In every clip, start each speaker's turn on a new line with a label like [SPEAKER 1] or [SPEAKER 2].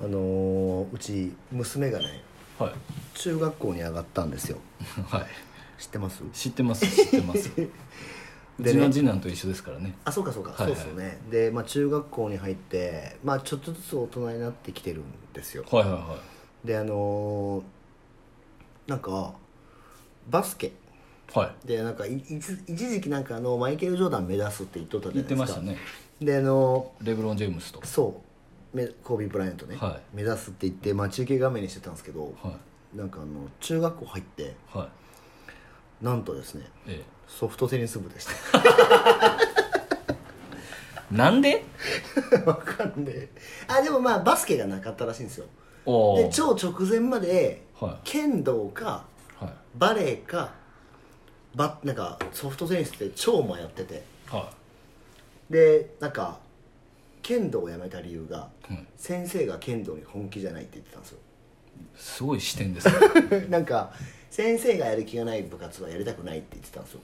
[SPEAKER 1] あのーうち娘がね
[SPEAKER 2] はい
[SPEAKER 1] 中学校に上がったんですよ
[SPEAKER 2] はい
[SPEAKER 1] 知ってます
[SPEAKER 2] 知ってます知ってます う
[SPEAKER 1] で
[SPEAKER 2] ち
[SPEAKER 1] ね
[SPEAKER 2] の次男と一緒ですからね
[SPEAKER 1] あそうかそうか、
[SPEAKER 2] はいはい
[SPEAKER 1] そうですよねで、まあ、中学校に入って、まあ、ちょっとずつ大人になってきてるんですよ
[SPEAKER 2] はいはいは
[SPEAKER 1] であのーなんかバスケ
[SPEAKER 2] いはい
[SPEAKER 1] でなんかい一一時期なんかあのマイケル・ジョーダン目指すって言っとったじ
[SPEAKER 2] 言
[SPEAKER 1] ゃ
[SPEAKER 2] っ
[SPEAKER 1] ない
[SPEAKER 2] て
[SPEAKER 1] ですか
[SPEAKER 2] ましたね
[SPEAKER 1] であの
[SPEAKER 2] レブロン・ジェームスと
[SPEAKER 1] ーそうめコービー・ブライアントね、
[SPEAKER 2] は
[SPEAKER 1] 目指すって言って、まあ、中継画面にしてたんですけど
[SPEAKER 2] は
[SPEAKER 1] なんかあの中学校入って
[SPEAKER 2] いはい
[SPEAKER 1] なんとですね
[SPEAKER 2] え
[SPEAKER 1] ソフトテニス部でし
[SPEAKER 2] えなんで
[SPEAKER 1] た わかんねえあでもまあバスケがなかったらしいんですよ
[SPEAKER 2] お
[SPEAKER 1] で
[SPEAKER 2] お
[SPEAKER 1] 超直前まで
[SPEAKER 2] は
[SPEAKER 1] 剣道か
[SPEAKER 2] いはい
[SPEAKER 1] バレエかバなんかソフトテニスって超迷ってて
[SPEAKER 2] は
[SPEAKER 1] でなんか剣道をやめた理由が
[SPEAKER 2] い、うん、
[SPEAKER 1] 先生が剣道に本気じゃないって言ってたんですよ
[SPEAKER 2] すごい視点です ね
[SPEAKER 1] なんか先生がやる気がない部活はやりたくないって言ってたんですよ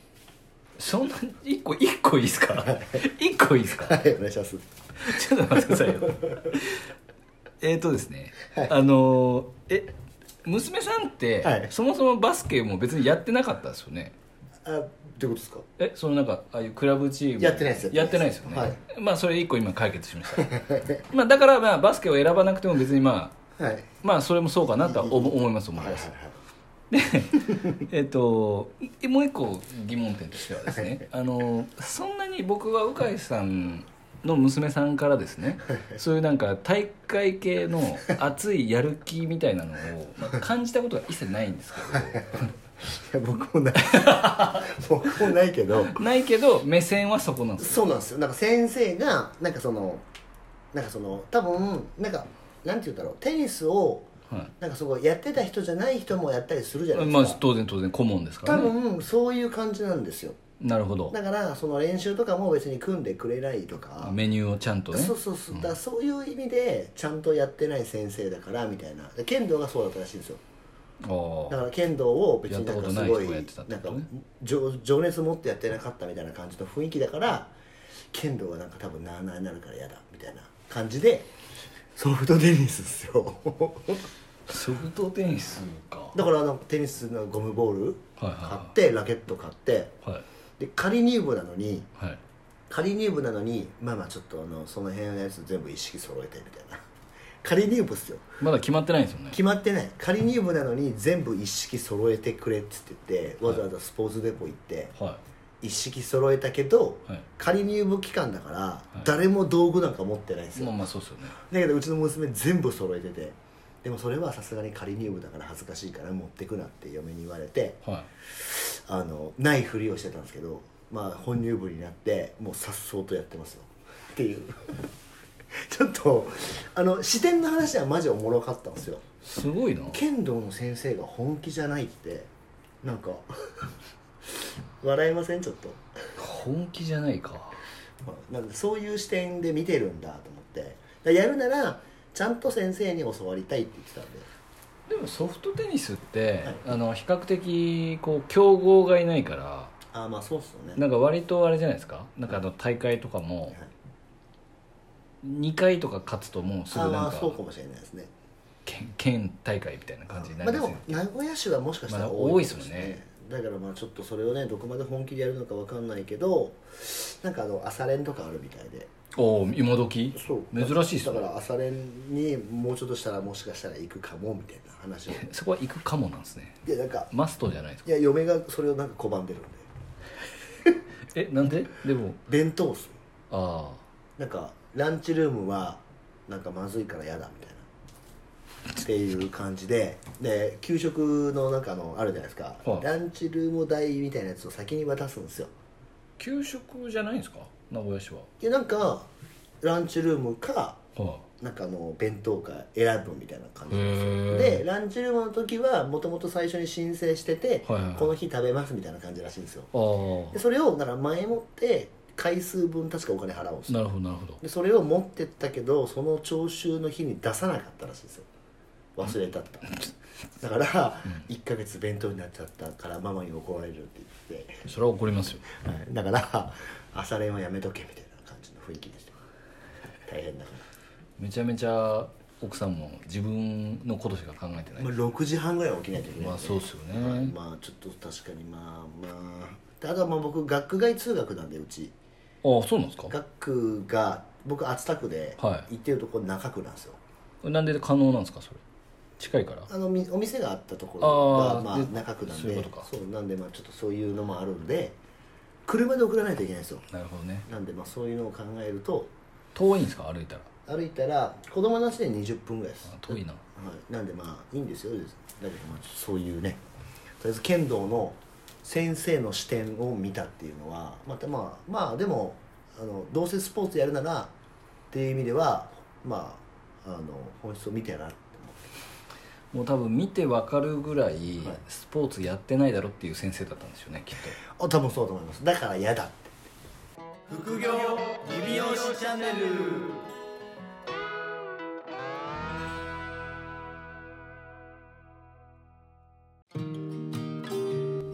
[SPEAKER 2] そんな一個一個いいですか一個いいですか
[SPEAKER 1] はいお願いします
[SPEAKER 2] ちょっと待ってください よ。えっとですね、あのーえ娘さんって、
[SPEAKER 1] はい
[SPEAKER 2] そもそもバスケも別にやってなかったんですよね。
[SPEAKER 1] あどういうことですか
[SPEAKER 2] えそのなんかああいうクラブチーム
[SPEAKER 1] やってないです
[SPEAKER 2] やってないですよね。
[SPEAKER 1] はい
[SPEAKER 2] まあそれ一個今解決しました。 まあだからまあバスケを選ばなくても別にまあ
[SPEAKER 1] はいはい
[SPEAKER 2] まあそれもそうかなとは思思います思い
[SPEAKER 1] はいは
[SPEAKER 2] ま
[SPEAKER 1] い
[SPEAKER 2] す。えっと、いもう一個疑問点としてはですねあのそんなに僕は鵜飼さんの娘さんからです ねそういうなんか大会系の熱いやる気みたいなのを、まあ感じたことが一切ないんですけ
[SPEAKER 1] いや僕も ない僕もないけど
[SPEAKER 2] どないけど目線はそこなんです
[SPEAKER 1] そうなんですよなんか先生がなんかそのなんかその多分なんかなんて言うんだろうテニスを
[SPEAKER 2] は
[SPEAKER 1] なんかそこやってた人じゃない人もやったりするじゃない
[SPEAKER 2] い、
[SPEAKER 1] です
[SPEAKER 2] ま
[SPEAKER 1] か、
[SPEAKER 2] あ当然当然顧問ですか
[SPEAKER 1] 多
[SPEAKER 2] らね
[SPEAKER 1] 分そういう感じなんですよ
[SPEAKER 2] なるほど
[SPEAKER 1] だからその練習とかも別に組んでくれないとか、
[SPEAKER 2] メニューをちゃんとね
[SPEAKER 1] そうそうそう、だからそういう意味でちゃんとやってない先生だからみたいなで剣道がそうだったらしいんですよ
[SPEAKER 2] あ
[SPEAKER 1] だ
[SPEAKER 2] あ
[SPEAKER 1] から剣道を別になんかすごい
[SPEAKER 2] やった
[SPEAKER 1] ないん
[SPEAKER 2] ことな人
[SPEAKER 1] か
[SPEAKER 2] がやってたってことね
[SPEAKER 1] 情情熱持ってやってなかったみたいな感じの雰囲気だから剣道がなんか多分なあなあになるから嫌だみたいな感じでソフトテニスっす よ
[SPEAKER 2] ソフトテニスか
[SPEAKER 1] だからあのテニスのゴムボール買
[SPEAKER 2] はいは
[SPEAKER 1] ってラケット買って
[SPEAKER 2] いはい
[SPEAKER 1] で仮入部なのに
[SPEAKER 2] はいはい
[SPEAKER 1] 仮入部なのにまあまあちょっとあのその辺のやつ全部一式揃えてみたいな 仮入部っすよ
[SPEAKER 2] まだ決まってないんですよね
[SPEAKER 1] 決まってない仮入部なのに全部一式揃えてくれっつって言ってわざわざスポーツデポ行って
[SPEAKER 2] は
[SPEAKER 1] 一式揃えたけど
[SPEAKER 2] いはい
[SPEAKER 1] 仮入部期間だから
[SPEAKER 2] い
[SPEAKER 1] 誰も道具なんか持ってないんですよ、
[SPEAKER 2] まあまあそうですよね
[SPEAKER 1] だけどうちの娘全部揃えててでもそれはさすがに仮入部だから恥ずかしいから持ってくなって嫁に言われて
[SPEAKER 2] はい
[SPEAKER 1] あのないふりをしてたんですけどまあ本入部になってもう颯爽とやってますよっていう ちょっとあの視点の話はマジおもろかったんですよ
[SPEAKER 2] すごいな
[SPEAKER 1] 剣道の先生が本気じゃないってなんか笑えませんちょっと、
[SPEAKER 2] 本気じゃないか
[SPEAKER 1] まあなんかそういう視点で見てるんだと思ってだからやるならちゃんと先生に教わりたいって言ってたんで
[SPEAKER 2] でもソフトテニスって、
[SPEAKER 1] はい
[SPEAKER 2] あの比較的こう強豪がいないから
[SPEAKER 1] ああまあそうっすよね
[SPEAKER 2] なんか割とあれじゃないですかなんかあの大会とかも
[SPEAKER 1] はい
[SPEAKER 2] 2回とか勝つともうす
[SPEAKER 1] あ
[SPEAKER 2] ぐ
[SPEAKER 1] ー
[SPEAKER 2] な
[SPEAKER 1] ま
[SPEAKER 2] ん
[SPEAKER 1] あ
[SPEAKER 2] か
[SPEAKER 1] そうかもしれないですね
[SPEAKER 2] 県県大会みたいな感じにな
[SPEAKER 1] まあ
[SPEAKER 2] り
[SPEAKER 1] で
[SPEAKER 2] ますよ
[SPEAKER 1] も
[SPEAKER 2] ね、
[SPEAKER 1] 名古屋市はもしかしたら
[SPEAKER 2] まあ
[SPEAKER 1] 多いか
[SPEAKER 2] 多いっすもん
[SPEAKER 1] ね
[SPEAKER 2] ね
[SPEAKER 1] だからまあちょっとそれをねどこまで本気でやるのかわかんないけどなんかあの朝練とかあるみたいで
[SPEAKER 2] おお今時
[SPEAKER 1] そう
[SPEAKER 2] 珍しいっす
[SPEAKER 1] だ
[SPEAKER 2] ね
[SPEAKER 1] から朝練にもうちょっとしたらもしかしたら行くかもみたいな話を
[SPEAKER 2] そこは行くかもなんですね
[SPEAKER 1] いやなんか
[SPEAKER 2] マストじゃないです
[SPEAKER 1] い
[SPEAKER 2] か
[SPEAKER 1] や嫁がそれをなんか拒んでるんで
[SPEAKER 2] えなんででも
[SPEAKER 1] 弁当っす
[SPEAKER 2] あ
[SPEAKER 1] なんかランチルームはなんかまずいから嫌だみたいなっていう感じでで給食のなんかあのあるじゃないですか、
[SPEAKER 2] はい
[SPEAKER 1] ランチルーム代みたいなやつを先に渡すんですよ
[SPEAKER 2] あ給食じゃないんですか名古屋市は
[SPEAKER 1] でなんかランチルームか
[SPEAKER 2] は
[SPEAKER 1] なんかあの弁当か選ぶみたいな感
[SPEAKER 2] い、
[SPEAKER 1] じ
[SPEAKER 2] へ
[SPEAKER 1] なんですよ
[SPEAKER 2] え
[SPEAKER 1] でランチルームの時はもともと最初に申請してて、
[SPEAKER 2] はいはいはい
[SPEAKER 1] この日食べますみたいな感じらしいんですよ
[SPEAKER 2] あ
[SPEAKER 1] で
[SPEAKER 2] あ
[SPEAKER 1] それをだから前もって回数分確かお金払うんですよ
[SPEAKER 2] なるほどなるほど
[SPEAKER 1] でそれを持ってったけどその徴収の日に出さなかったらしいですよ忘れたってだから1ヶ月弁当になっちゃったからママに怒られるって言って
[SPEAKER 2] それは怒りますよ
[SPEAKER 1] はい、だから朝練はやめとけみたいな感じの雰囲気でした大変だか
[SPEAKER 2] めちゃめちゃ奥さんも自分のことしか考えてない、
[SPEAKER 1] まあ、6時半ぐらいは起きないといけないんで
[SPEAKER 2] まあそうっすよね
[SPEAKER 1] はいまあちょっと確かにまあまあであとはまあ僕学外通学なんでうち
[SPEAKER 2] ああそうなんですか
[SPEAKER 1] 学区が僕熱田区で
[SPEAKER 2] は
[SPEAKER 1] 行ってるとこ中区なんですよ
[SPEAKER 2] なんで可能なんですかそれ近いから
[SPEAKER 1] あのみお店があったところが
[SPEAKER 2] あー
[SPEAKER 1] まあ
[SPEAKER 2] で
[SPEAKER 1] 中区なん
[SPEAKER 2] そう
[SPEAKER 1] で
[SPEAKER 2] いうことか
[SPEAKER 1] そうなんでまあちょっとそういうのもあるんで車で送らないといけないんですよ
[SPEAKER 2] なるほどね
[SPEAKER 1] なんでまあそういうのを考えると
[SPEAKER 2] 遠いんですか歩いたら
[SPEAKER 1] 歩いたら子供なしで20分ぐらいです
[SPEAKER 2] あ遠いな
[SPEAKER 1] はい、なんでまあいいんですよだけどまあそういうねとりあえず剣道の先生の視点を見たっていうのはまたまあまあでもあのどうせスポーツやるならっていう意味ではまああの本質を見てやなって
[SPEAKER 2] もう多分見てわかるぐらい
[SPEAKER 1] はい
[SPEAKER 2] スポーツやってないだろっていう先生だったんですよねきっ
[SPEAKER 1] 思ってあ多分そうだと思いますだから嫌だって副業指用しチャンネル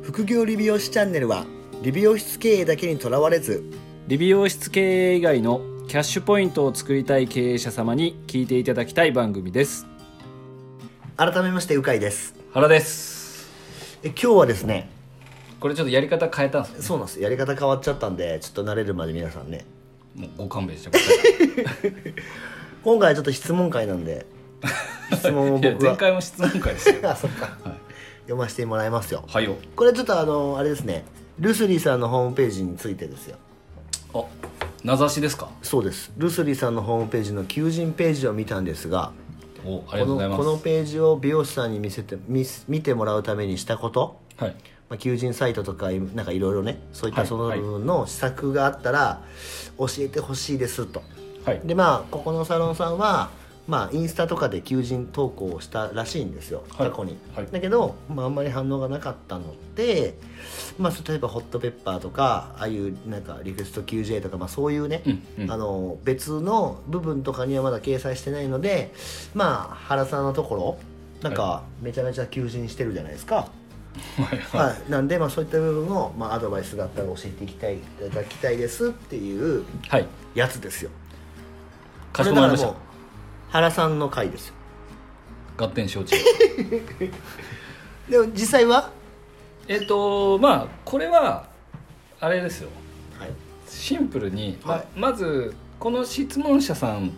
[SPEAKER 1] 副業理美容師チャンネルは理美容室経営だけにとらわれず
[SPEAKER 2] と理美容室経営以外のキャッシュポイントを作りたい経営者様に聞いていただきたい番組です
[SPEAKER 1] 改めましてうかいです
[SPEAKER 2] 原です
[SPEAKER 1] え今日はですね
[SPEAKER 2] これちょっとやり方変えたんですよ
[SPEAKER 1] そうなんですやり方変わっちゃったんでちょっと慣れるまで皆さんね
[SPEAKER 2] もうご勘弁してください
[SPEAKER 1] 今回はちょっと質問会なん で質問を
[SPEAKER 2] いや
[SPEAKER 1] 僕は
[SPEAKER 2] 前回も質問会ですよ
[SPEAKER 1] あそっか、読ませてもらいますよ
[SPEAKER 2] はよ
[SPEAKER 1] これちょっとあのあれですねルスリーさんのホームページについてですよ
[SPEAKER 2] あ名指しですか
[SPEAKER 1] そうですルスリーさんのホームページの求人ページを見たんですが
[SPEAKER 2] おあ
[SPEAKER 1] こ
[SPEAKER 2] りがとうござい
[SPEAKER 1] の
[SPEAKER 2] ま
[SPEAKER 1] こ
[SPEAKER 2] す
[SPEAKER 1] のページを美容師さんに見せて見せ見てもらうためにしたこと、
[SPEAKER 2] はい
[SPEAKER 1] まあ、求人サイトとかなんかいろいろねそういっ
[SPEAKER 2] は
[SPEAKER 1] た
[SPEAKER 2] い
[SPEAKER 1] その部分の施策があったら教えてほしいですと
[SPEAKER 2] はい
[SPEAKER 1] でまあここのサロンさんはまあインスタとかで求人投稿をしたらしいんですよ、
[SPEAKER 2] はい
[SPEAKER 1] 過去に、
[SPEAKER 2] はい
[SPEAKER 1] だけど、まあ、あんまり反応がなかったので、まあ、例えばホットペッパーとかああいうなんかリクエスト QJ とか、まあ、そういうね、
[SPEAKER 2] うんうん
[SPEAKER 1] あの別の部分とかにはまだ掲載してないのでまあ原さんのところなんかめちゃめちゃ求人してるじゃないですか、
[SPEAKER 2] はいはい
[SPEAKER 1] はい、なんで、まあ、そういった部分を、まあ、アドバイスがあったら教えていきたいいただきたいですっていう
[SPEAKER 2] はい
[SPEAKER 1] やつですよ
[SPEAKER 2] かしこまりました
[SPEAKER 1] これだからもう原さんの回ですよ
[SPEAKER 2] 合点承知
[SPEAKER 1] でも実際は
[SPEAKER 2] えっとまあこれはあれですよ
[SPEAKER 1] はい
[SPEAKER 2] シンプルに、ま
[SPEAKER 1] はい
[SPEAKER 2] まずこの質問者さん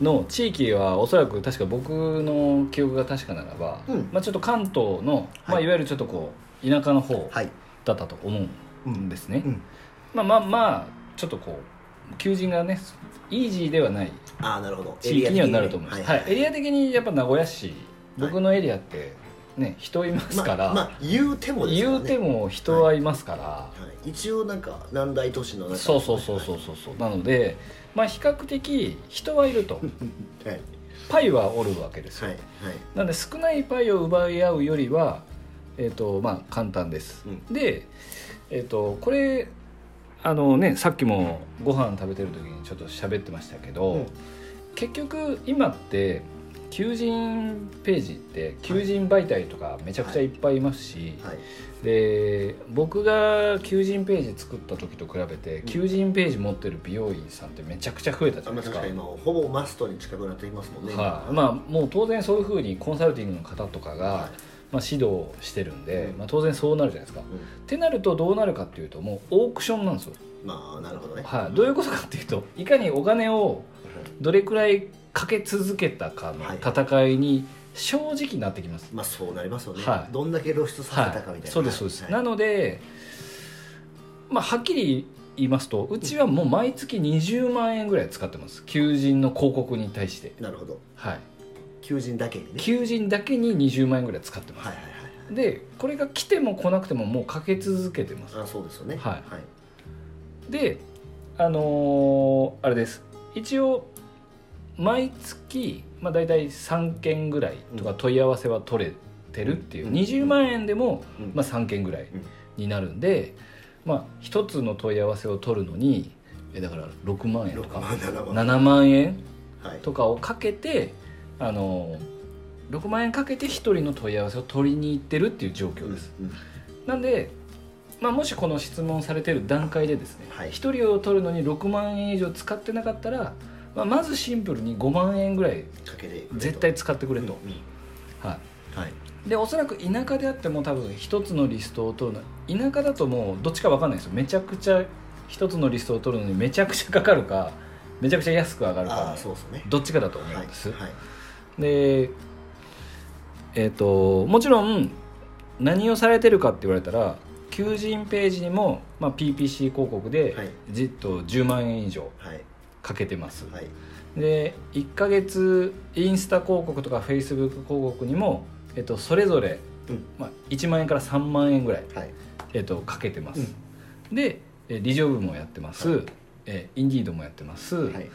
[SPEAKER 2] の地域はおそらく確か僕の記憶が確かならば、
[SPEAKER 1] うん
[SPEAKER 2] まあ、ちょっと関東の、いまあ、
[SPEAKER 1] はい
[SPEAKER 2] いわゆるちょっとこう田舎の方
[SPEAKER 1] はい
[SPEAKER 2] だったと思うんですね、
[SPEAKER 1] うん
[SPEAKER 2] まあまあまあちょっとこう求人がねイージーではない
[SPEAKER 1] ああなるほど
[SPEAKER 2] 地域にはなると思います、
[SPEAKER 1] エリア
[SPEAKER 2] はい
[SPEAKER 1] 的にね
[SPEAKER 2] エリア的にやっぱ名古屋市僕のエリアってね人います
[SPEAKER 1] は
[SPEAKER 2] か
[SPEAKER 1] いま
[SPEAKER 2] ら、
[SPEAKER 1] あまあ言うてもですよ
[SPEAKER 2] 言
[SPEAKER 1] ね
[SPEAKER 2] うても人はいますから、
[SPEAKER 1] はい、一応なんか南大都市の中で
[SPEAKER 2] そうそうそうそうそうそうなのでまあ比較的人はいる と
[SPEAKER 1] はい
[SPEAKER 2] パイはおるわけですよ、
[SPEAKER 1] はいはい
[SPEAKER 2] なので少ないパイを奪い合うよりはえっ、とまあ簡単です、
[SPEAKER 1] う
[SPEAKER 2] でえっ、とこれあのねさっきもご飯食べてる時にちょっと喋ってましたけど、
[SPEAKER 1] うん
[SPEAKER 2] 結局今って求人ページって求人媒体とかめちゃくちゃいっぱいいますし、
[SPEAKER 1] はい
[SPEAKER 2] で僕が求人ページ作った時と比べて、
[SPEAKER 1] ん
[SPEAKER 2] 求人ページ持ってる美容院さんってめちゃくちゃ増えたじ
[SPEAKER 1] あ
[SPEAKER 2] ゃ
[SPEAKER 1] ま
[SPEAKER 2] な
[SPEAKER 1] あ
[SPEAKER 2] いです
[SPEAKER 1] 確
[SPEAKER 2] か。
[SPEAKER 1] かに今ほぼマストに近くなってきますもんね
[SPEAKER 2] はい、
[SPEAKER 1] 今
[SPEAKER 2] まあもう当然そういうふうにコンサルティングの方とかが、
[SPEAKER 1] は
[SPEAKER 2] まあ、指導してるんで、
[SPEAKER 1] うん
[SPEAKER 2] まあ、当然そうなるじゃないですか。
[SPEAKER 1] い
[SPEAKER 2] ってなるとどうなるかっていうともうオークションなんですよ。
[SPEAKER 1] うんまあなるほどね
[SPEAKER 2] はい、どういうことかっていうといかにお金をどれくらいかけ続けたかの戦いに正直なってきます。
[SPEAKER 1] まあそうなりますよね、
[SPEAKER 2] はい
[SPEAKER 1] どんだけ露出させたかみたいな、
[SPEAKER 2] そうですそうです、
[SPEAKER 1] はい
[SPEAKER 2] なのでまあはっきり言いますとうちはもう毎月20万円ぐらい使ってます求人の広告に対して
[SPEAKER 1] なるほど
[SPEAKER 2] はい
[SPEAKER 1] 求人だけにね
[SPEAKER 2] 求人だけに20万円ぐらい使ってます、
[SPEAKER 1] はいはいはい
[SPEAKER 2] でこれが来ても来なくてももうかけ続けてます
[SPEAKER 1] あそうですよね
[SPEAKER 2] はい
[SPEAKER 1] はい、
[SPEAKER 2] であのーあれです一応毎月、まあ、大体3件ぐらいとか問い合わせは取れてるっていう、
[SPEAKER 1] うん
[SPEAKER 2] 20万円でも、
[SPEAKER 1] うん
[SPEAKER 2] まあ、3件ぐらい
[SPEAKER 1] うん
[SPEAKER 2] になるんで、まあ、1つの問い合わせを取るのにえだから6万円と
[SPEAKER 1] 6
[SPEAKER 2] か
[SPEAKER 1] 万7万
[SPEAKER 2] 7万円
[SPEAKER 1] はい
[SPEAKER 2] とかをかけてあの6万円かけて1人の問い合わせを取りに行ってるっていう状況です。
[SPEAKER 1] うんうん
[SPEAKER 2] なんで、まあ、もしこの質問されてる段階でですね、
[SPEAKER 1] はい
[SPEAKER 2] 1人を取るのに6万円以上使ってなかったらまあ、まずシンプルに5万円ぐらい
[SPEAKER 1] かけてくれと
[SPEAKER 2] 絶対使ってくれと、
[SPEAKER 1] うん
[SPEAKER 2] は
[SPEAKER 1] はい
[SPEAKER 2] い、でおそらく田舎であっても多分一つのリストを取るの田舎だともうどっちか分かんないですよめちゃくちゃ一つのリストを取るのにめちゃくちゃかかるかめちゃくちゃ安く上がる
[SPEAKER 1] あ
[SPEAKER 2] か
[SPEAKER 1] あそうですね
[SPEAKER 2] どっちかだと思う
[SPEAKER 1] は
[SPEAKER 2] ん
[SPEAKER 1] い
[SPEAKER 2] です、
[SPEAKER 1] はい
[SPEAKER 2] でえっ、ともちろん何をされてるかって言われたら求人ページにも、まあ、PPC 広告で
[SPEAKER 1] はい
[SPEAKER 2] じっと10万円以上
[SPEAKER 1] はい
[SPEAKER 2] かけてます、
[SPEAKER 1] はい
[SPEAKER 2] で1ヶ月インスタ広告とかフェイスブック広告にも、えっと、それぞれ、
[SPEAKER 1] うん
[SPEAKER 2] まあ、1万円から3万円ぐらい、
[SPEAKER 1] はい
[SPEAKER 2] えっと、かけてます、でえリジョブもやってます、えインディードもやってます、
[SPEAKER 1] はい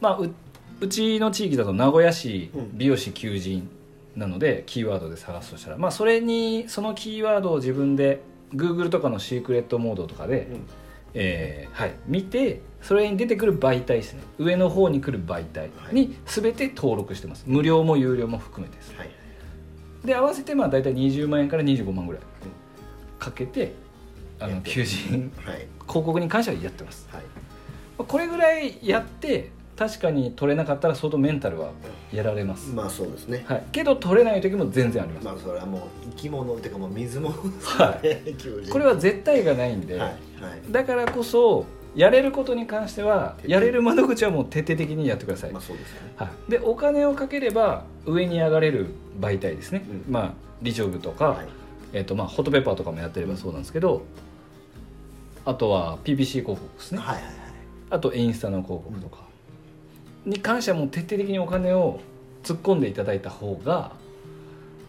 [SPEAKER 2] まあ、ううちの地域だと名古屋市
[SPEAKER 1] うん
[SPEAKER 2] 美容師求人なので、キーワードで探すとしたら、まあ、それにそのキーワードを自分で Google とかのシークレットモードとかで、
[SPEAKER 1] うん
[SPEAKER 2] えーはい、見てそれに出てくる媒体ですね上の方に来る媒体に全て登録してます無料も有料も含めてです
[SPEAKER 1] はい
[SPEAKER 2] で合わせてまあ大体20万円から25万ぐらい
[SPEAKER 1] うん
[SPEAKER 2] かけてあ
[SPEAKER 1] や
[SPEAKER 2] の
[SPEAKER 1] ってる
[SPEAKER 2] 求人
[SPEAKER 1] はい
[SPEAKER 2] 広告に関してはやってます
[SPEAKER 1] はい
[SPEAKER 2] まあこれぐらいやって確かに取れなかったら相当メンタルはやられます、
[SPEAKER 1] まあそうですね
[SPEAKER 2] はい、けど取れない時も全然あります、
[SPEAKER 1] まあそれはもう生き物っていうかもう水物です
[SPEAKER 2] は
[SPEAKER 1] ね 求人
[SPEAKER 2] これは絶対がないんで、
[SPEAKER 1] はいはい
[SPEAKER 2] だからこそやれることに関しては
[SPEAKER 1] 徹底
[SPEAKER 2] やれる窓口はもう徹底的にやってください、
[SPEAKER 1] まあそうですよね
[SPEAKER 2] はい、でお金をかければ上に上がれる媒体ですね、
[SPEAKER 1] うん
[SPEAKER 2] まあリジョブとか、
[SPEAKER 1] はい
[SPEAKER 2] えっとまあ、ホットペッパーとかもやってればそうなんですけどあとは PPC 広告ですね、
[SPEAKER 1] はいはいはい
[SPEAKER 2] あとインスタの広告とかに関してはもう徹底的にお金を突っ込んでいただいた方が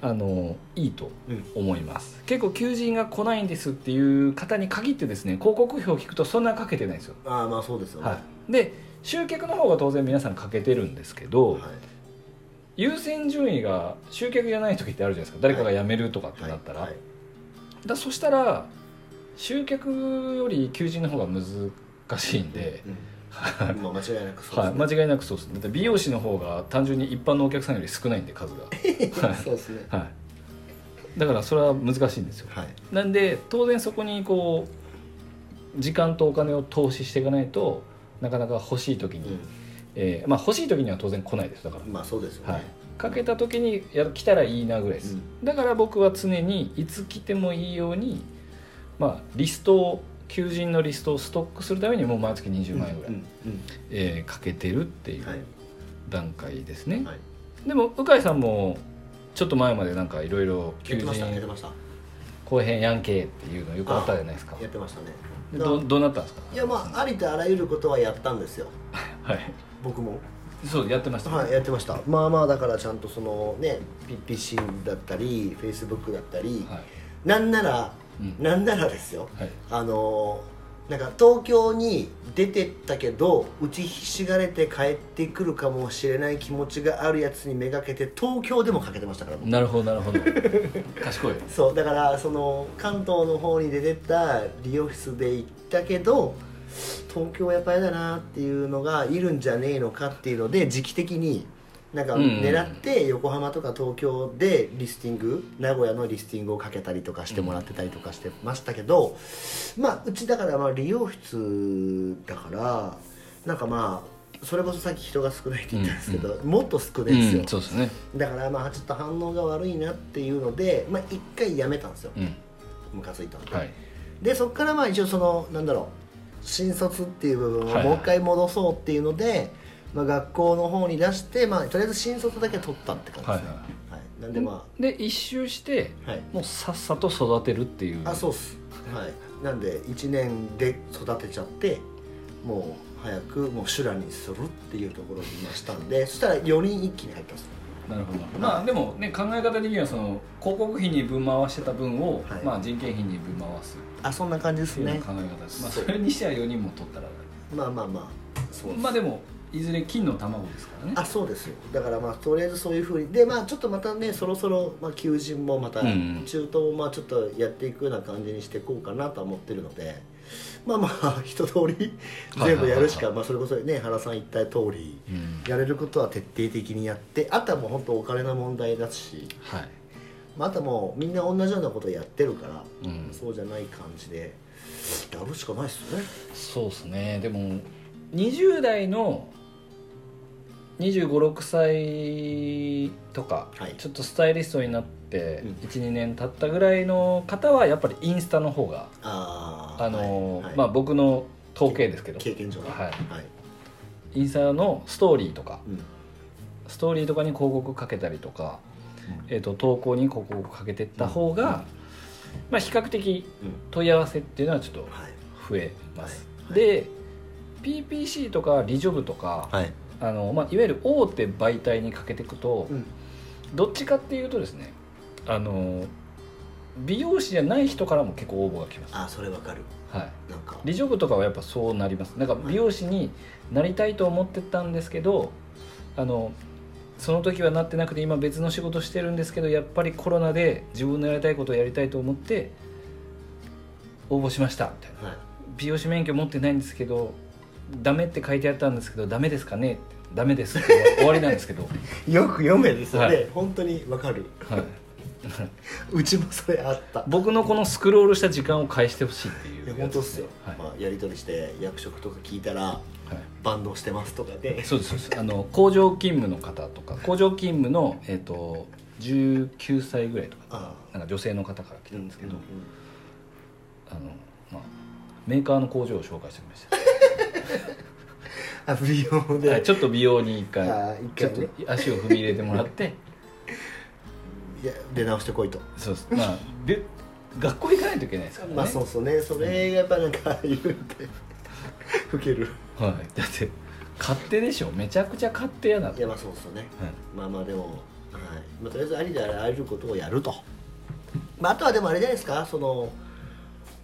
[SPEAKER 2] あのいいと
[SPEAKER 1] うん
[SPEAKER 2] 思います結構求人が来ないんですっていう方に限ってですね広告費を聞くとそんなかけてないんですよ、
[SPEAKER 1] ああまあそうですよね
[SPEAKER 2] はい、で集客の方が当然皆さんかけてるんですけど、
[SPEAKER 1] はい
[SPEAKER 2] 優先順位が集客じゃない時ってあるじゃないですか誰かが辞めるとかってなったら,、
[SPEAKER 1] はい
[SPEAKER 2] だそしたら集客より求人の方が難しいんで、
[SPEAKER 1] はいうんまあ間違いなくそう
[SPEAKER 2] はい、
[SPEAKER 1] で
[SPEAKER 2] 間違いなくそうですだって美容師の方が単純に一般のお客さんより少ないんで数が、
[SPEAKER 1] すね そうですね
[SPEAKER 2] はい、だからそれは難しいんですよ
[SPEAKER 1] はい
[SPEAKER 2] なんで当然そこにこう時間とお金を投資していかないとなかなか欲しい時に、えーまあ欲しい時には当然来ないですだか
[SPEAKER 1] うんまあそうですよ
[SPEAKER 2] ら、はい
[SPEAKER 1] ね、
[SPEAKER 2] かけた時にやる来たらいいなぐらいで
[SPEAKER 1] う
[SPEAKER 2] す、
[SPEAKER 1] ん
[SPEAKER 2] だから僕は常にいつ来てもいいようにまあリストを求人のリストをストックするためにもう毎月20万円ぐらい、
[SPEAKER 1] うんうん
[SPEAKER 2] えーかけてるっていう
[SPEAKER 1] うんはい
[SPEAKER 2] 段階ですね、
[SPEAKER 1] はい
[SPEAKER 2] でも鵜飼さんもちょっと前までなんかいろいろ
[SPEAKER 1] や
[SPEAKER 2] 求
[SPEAKER 1] ってましたやって
[SPEAKER 2] 人
[SPEAKER 1] ました
[SPEAKER 2] 後編やんけっていうのよくあったじゃないですか
[SPEAKER 1] やってましたね
[SPEAKER 2] でどどうなったんですか
[SPEAKER 1] いやまあありとあらゆることはやったんですよ
[SPEAKER 2] はい
[SPEAKER 1] 僕も
[SPEAKER 2] そうやってました、
[SPEAKER 1] はいやってましたまあまあだからちゃんとそのね PPC だったり Facebook だったり、
[SPEAKER 2] はい
[SPEAKER 1] なんなら、
[SPEAKER 2] うん
[SPEAKER 1] なんならですよ
[SPEAKER 2] はい
[SPEAKER 1] あのーなんか東京に出てったけど打ちひしがれて帰ってくるかもしれない気持ちがあるやつにめがけて東京でもかけてましたから僕
[SPEAKER 2] なるほどな るほど賢い
[SPEAKER 1] そうだからその関東の方に出てった理容室で行ったけど東京はやっぱりだなっていうのがいるんじゃねえのかっていうので時期的になんか
[SPEAKER 2] うんうんうん
[SPEAKER 1] 狙って横浜とか東京でリスティング名古屋のリスティングをかけたりとかしてもらってたりとかしてましたけど、まあうちだからまあ理容室だからなんかまあそれこそさっき人が少ないって言ったんですけど、もっと少ないですよ、
[SPEAKER 2] うんそうですね
[SPEAKER 1] だからまあちょっと反応が悪いなっていうので、まあ、一回やめたんですよ
[SPEAKER 2] うん
[SPEAKER 1] ムカついたんで、
[SPEAKER 2] はい
[SPEAKER 1] でそっからまあ一応そのなんだろう新卒っていう部分
[SPEAKER 2] は
[SPEAKER 1] を
[SPEAKER 2] い
[SPEAKER 1] もう一回戻そうっていうので、まあ、学校の方に出して、まあ、とりあえず新卒だけ取ったって感じですね、
[SPEAKER 2] は
[SPEAKER 1] はいい
[SPEAKER 2] は
[SPEAKER 1] なんでま
[SPEAKER 2] で一周して
[SPEAKER 1] あ、はい、
[SPEAKER 2] もうさっさと育てるっていう
[SPEAKER 1] あそうっすはいなんで1年で育てちゃってもう早くもう修羅にするっていうところにいましたんでそしたら4人一気に入ったんですよ
[SPEAKER 2] なるほどまあでもね考え方的にはその広告費に分回してた分を、
[SPEAKER 1] はい
[SPEAKER 2] まあ、人件費に分回す
[SPEAKER 1] あそんな感じで
[SPEAKER 2] っ
[SPEAKER 1] す
[SPEAKER 2] ていう
[SPEAKER 1] ね
[SPEAKER 2] 考え方です、まあ、
[SPEAKER 1] そう
[SPEAKER 2] それにしては4人も取ったら
[SPEAKER 1] まあまあまあそうです
[SPEAKER 2] まあでもいずれ金の卵ですからね
[SPEAKER 1] あそうですよだからまあとりあえずそういうふうにでまあちょっとまたねそろそろ、まあ、求人もまた
[SPEAKER 2] うん
[SPEAKER 1] 中
[SPEAKER 2] うん
[SPEAKER 1] 東もまあちょっとやっていくような感じにしていこうかなとは思ってるのでまあまあ一通り
[SPEAKER 2] はいはいはいはい
[SPEAKER 1] 全部やるしかまあそれこそね原さん言った通り
[SPEAKER 2] うん
[SPEAKER 1] やれることは徹底的にやってあとはもう本当お金の問題だし、
[SPEAKER 2] はい、
[SPEAKER 1] まあ、あとはもうみんな同じようなことやってるから、
[SPEAKER 2] うん、
[SPEAKER 1] そうじゃない感じでやるしかないっすよね
[SPEAKER 2] そうですねでも20代の2 5 6歳とか、
[SPEAKER 1] はい
[SPEAKER 2] ちょっとスタイリストになって
[SPEAKER 1] うん
[SPEAKER 2] 12、年経ったぐらいの方はやっぱりインスタの方が
[SPEAKER 1] あー
[SPEAKER 2] あのー
[SPEAKER 1] はいはい
[SPEAKER 2] まあ僕の統計ですけど
[SPEAKER 1] 経験上ね
[SPEAKER 2] はい
[SPEAKER 1] はい
[SPEAKER 2] インスタのストーリーとか
[SPEAKER 1] うん
[SPEAKER 2] ストーリーとかに広告かけたりとか、えー、と投稿に広告かけてった方が、まあ、比較的
[SPEAKER 1] うん
[SPEAKER 2] 問い合わせっていうのはちょっと
[SPEAKER 1] はい
[SPEAKER 2] 増えます、
[SPEAKER 1] はい
[SPEAKER 2] で PPC とかリジョブとか、
[SPEAKER 1] はい
[SPEAKER 2] あのまあ、いわゆる大手媒体にかけていくと、
[SPEAKER 1] うん
[SPEAKER 2] どっちかっていうとですねあの美容師じゃない人からも結構応募が来ます、
[SPEAKER 1] あーそれわかる
[SPEAKER 2] はい、
[SPEAKER 1] なんか
[SPEAKER 2] リジョブとかはやっぱそうなりますなんか
[SPEAKER 1] はい
[SPEAKER 2] 美容師になりたいと思ってたんですけどあのその時はなってなくて今別の仕事してるんですけどやっぱりコロナで自分のやりたいことをやりたいと思って応募しましたみたいな
[SPEAKER 1] はい
[SPEAKER 2] 美容師免許持ってないんですけどダメって書いてあったんですけどダメですかねってダメですって終わりなんです けど、は
[SPEAKER 1] よく読めですよね、
[SPEAKER 2] はい
[SPEAKER 1] 本当にわかる
[SPEAKER 2] いう
[SPEAKER 1] ちもそれあった
[SPEAKER 2] 僕のこのスクロールした時間を返してほしいっていう
[SPEAKER 1] いや本当っすよ、
[SPEAKER 2] はい
[SPEAKER 1] まあ、やり取りして役職とか聞いたら
[SPEAKER 2] はい
[SPEAKER 1] バンドしてますとかで
[SPEAKER 2] そうですそうですあの工場勤務の方とか工場勤務の、えー、と19歳ぐらいとか
[SPEAKER 1] あ
[SPEAKER 2] なんか女性の方から来
[SPEAKER 1] あ
[SPEAKER 2] たんですけど、
[SPEAKER 1] うん
[SPEAKER 2] あのまあ、メーカーの工場を紹介してくれまし
[SPEAKER 1] あ美容で、
[SPEAKER 2] た、はい、ちょっと美容に一回
[SPEAKER 1] あー一
[SPEAKER 2] ちょ
[SPEAKER 1] 回
[SPEAKER 2] っ
[SPEAKER 1] ね
[SPEAKER 2] と足を踏み入れても らって
[SPEAKER 1] いや出直してこいと
[SPEAKER 2] そうですまあで学校行かないといけないですからね、
[SPEAKER 1] まあそうそうねそれがやっぱなんか言うて老ける
[SPEAKER 2] はい、だって勝手でしょめちゃくちゃ勝手やなと
[SPEAKER 1] いやまあそうそうね
[SPEAKER 2] はい
[SPEAKER 1] まあまあでも、はいまあ、とりあえずありであらゆることをやると、まあ、あとはでもあれじゃないですかその、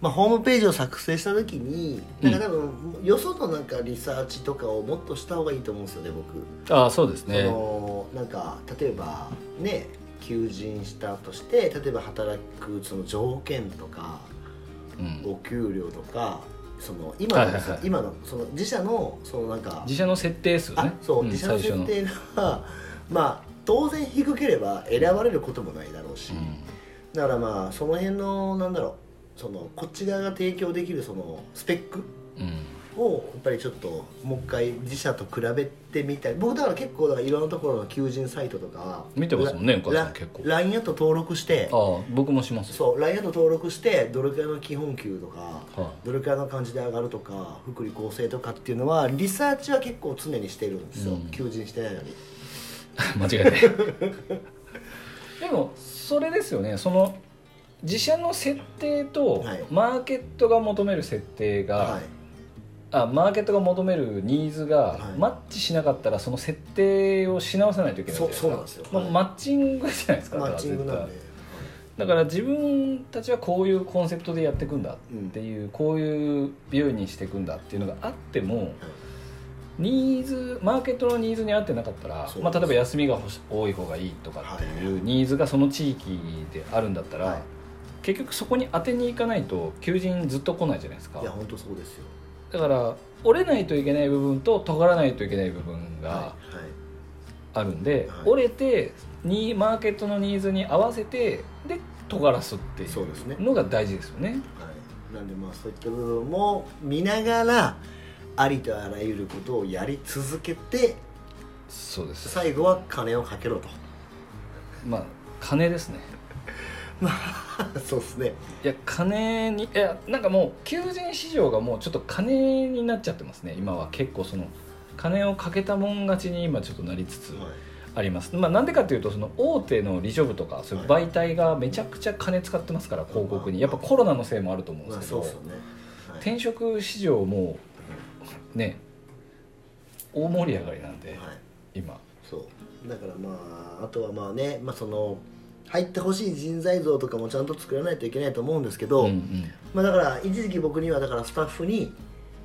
[SPEAKER 1] まあ、ホームページを作成した時になんか多分、よそのなんかリサーチとかをもっとした方がいいと思うんですよね僕。
[SPEAKER 2] ああそうです
[SPEAKER 1] そ
[SPEAKER 2] ね
[SPEAKER 1] のなんか例えばね求人したとして例えば働くその条件とか
[SPEAKER 2] うん、
[SPEAKER 1] お給料とかその今の、
[SPEAKER 2] はいはいはい
[SPEAKER 1] 今のその自社のそのなんか
[SPEAKER 2] 自社の設定数
[SPEAKER 1] あ
[SPEAKER 2] ね
[SPEAKER 1] そう、
[SPEAKER 2] ん
[SPEAKER 1] 自社の
[SPEAKER 2] 最初
[SPEAKER 1] 設定が まあ当然低ければ選ばれることもないだろうし、
[SPEAKER 2] うん
[SPEAKER 1] だからまあその辺のなんだろうそのこっち側が提供できるそのスペック
[SPEAKER 2] うん
[SPEAKER 1] をやっぱりちょっともう一回自社と比べてみたい僕だから結構だからいろんなところの求人サイトとかは
[SPEAKER 2] 見てますもんねお母さん
[SPEAKER 1] ラ
[SPEAKER 2] 結構
[SPEAKER 1] LINE アット登録して
[SPEAKER 2] ああ僕もします
[SPEAKER 1] そう LINE アット登録してどれくらいの基本給とか
[SPEAKER 2] は
[SPEAKER 1] どれくらいの感じで上がるとか福利厚生とかっていうのはリサーチは結構常にしてるんですよ、
[SPEAKER 2] うん
[SPEAKER 1] 求人してないのに。
[SPEAKER 2] い 間違えてでもそれですよねその自社の設定と
[SPEAKER 1] はい
[SPEAKER 2] マーケットが求める設定が、
[SPEAKER 1] はい
[SPEAKER 2] あマーケットが求めるニーズが
[SPEAKER 1] はい
[SPEAKER 2] マッチしなかったらその設定をし直さないといけないじゃ
[SPEAKER 1] そうそうなん
[SPEAKER 2] い
[SPEAKER 1] ですよ
[SPEAKER 2] まあ
[SPEAKER 1] はい
[SPEAKER 2] マッチングじゃないですか
[SPEAKER 1] マッチング
[SPEAKER 2] だ
[SPEAKER 1] な
[SPEAKER 2] から
[SPEAKER 1] んで
[SPEAKER 2] 絶対だから自分たちはこういうコンセプトでやっていくんだっていう、こういう美容院にしていくんだっていうのがあっても、ニーズマーケットのニーズに合ってなかったら
[SPEAKER 1] そう、
[SPEAKER 2] まあ、例えば休みが欲し多い方がいいとかっていうニーズがその地域であるんだったら、
[SPEAKER 1] はい
[SPEAKER 2] 結局そこに当てに行かないと求人ずっと来ないじゃないですか
[SPEAKER 1] いや本当そうですよ
[SPEAKER 2] だから折れないといけない部分と尖らないといけない部分が
[SPEAKER 1] はいはい
[SPEAKER 2] あるんで、
[SPEAKER 1] はい
[SPEAKER 2] 折れてにマーケットのニーズに合わせてで尖らすってい
[SPEAKER 1] そうですね
[SPEAKER 2] うのが大事ですよね。
[SPEAKER 1] はい、なんでまあそういった部分も見ながらありとあらゆることをやり続けて
[SPEAKER 2] そうです
[SPEAKER 1] 最後は金をかけろと
[SPEAKER 2] まあ金ですね
[SPEAKER 1] そうですね
[SPEAKER 2] いや金にいやなんかもう求人市場がもうちょっと金になっちゃってますね今は結構その金をかけたもん勝ちに今ちょっとなりつつあります、まあなんでかっていうとその大手のリジョブとかそういう媒体がめちゃくちゃ金使ってますから広告にやっぱコロナのせいもあると思うん
[SPEAKER 1] ま
[SPEAKER 2] で
[SPEAKER 1] あ
[SPEAKER 2] すけど、
[SPEAKER 1] そうっすよね、はい
[SPEAKER 2] 転職市場もね大盛り上がりなんで
[SPEAKER 1] はい、
[SPEAKER 2] 今
[SPEAKER 1] そうだからまああとはまあね、まあ、その入ってほしい人材像とかもちゃんと作らないといけないと思うんですけど、
[SPEAKER 2] うんうん
[SPEAKER 1] まあ、だから一時期僕にはだからスタッフに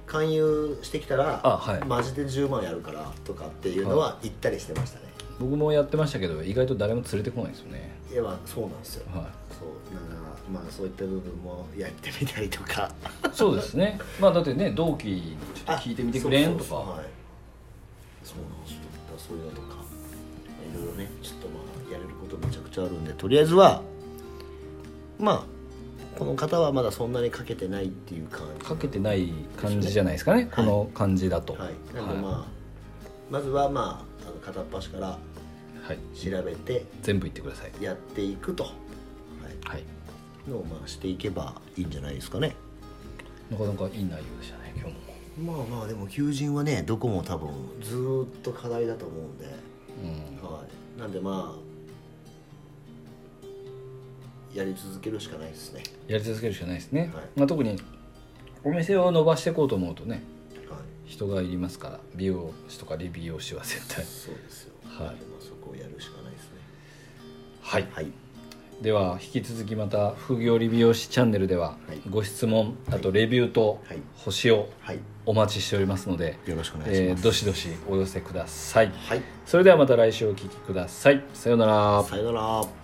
[SPEAKER 1] 勧誘してきたら
[SPEAKER 2] あはい
[SPEAKER 1] マジで10万やるからとかっていうのは言ったりしてましたね、
[SPEAKER 2] 僕もやってましたけど意外と誰も連れてこないんですよね
[SPEAKER 1] い、やまあそうなんですよ
[SPEAKER 2] はい
[SPEAKER 1] そうだからまあそういった部分もやってみたりとか
[SPEAKER 2] そうですね。 まあだってね同期にちょっと聞いてみてくれんと
[SPEAKER 1] そうそうそう
[SPEAKER 2] か
[SPEAKER 1] はいそうなんですよだからそういうのとかいろいろねちょっとまあやれることめちゃくちゃあるんでとりあえずはまあこの方はまだそんなにかけてないっていう感じ
[SPEAKER 2] かけてない感じじゃないですかね。この感じだと。
[SPEAKER 1] はい、なのでまあ、
[SPEAKER 2] は
[SPEAKER 1] まずはまあの片っ端から
[SPEAKER 2] はい
[SPEAKER 1] 調べて
[SPEAKER 2] 全部言ってください
[SPEAKER 1] やっていくと、は
[SPEAKER 2] はい
[SPEAKER 1] い、のをまあしていけばいいんじゃないですかね
[SPEAKER 2] なかなかいい内容でしたね今日も
[SPEAKER 1] まあまあでも求人はねどこも多分ずーっと課題だと思うんで、
[SPEAKER 2] うん
[SPEAKER 1] はい、なんでまあやり続けるしかないですね、
[SPEAKER 2] やり続けるしかないですね、
[SPEAKER 1] はい
[SPEAKER 2] まあ、特にお店を伸ばしていこうと思うとね
[SPEAKER 1] はい、
[SPEAKER 2] 人がいりますから美容師とか理美容師は絶対
[SPEAKER 1] そうですよ、
[SPEAKER 2] はい
[SPEAKER 1] でもそこをやるしかないですね
[SPEAKER 2] はい
[SPEAKER 1] はい
[SPEAKER 2] では引き続きまた副業理美容師チャンネルでは
[SPEAKER 1] はい
[SPEAKER 2] ご質問、
[SPEAKER 1] はい
[SPEAKER 2] あとレビューと
[SPEAKER 1] はい
[SPEAKER 2] 星を
[SPEAKER 1] はい
[SPEAKER 2] お待ちしておりますので、
[SPEAKER 1] よろしくお願いし
[SPEAKER 2] え
[SPEAKER 1] ま
[SPEAKER 2] ー
[SPEAKER 1] す、
[SPEAKER 2] どしどしお寄せください
[SPEAKER 1] はい
[SPEAKER 2] それではまた来週お聞きくださいさようなら
[SPEAKER 1] さよなら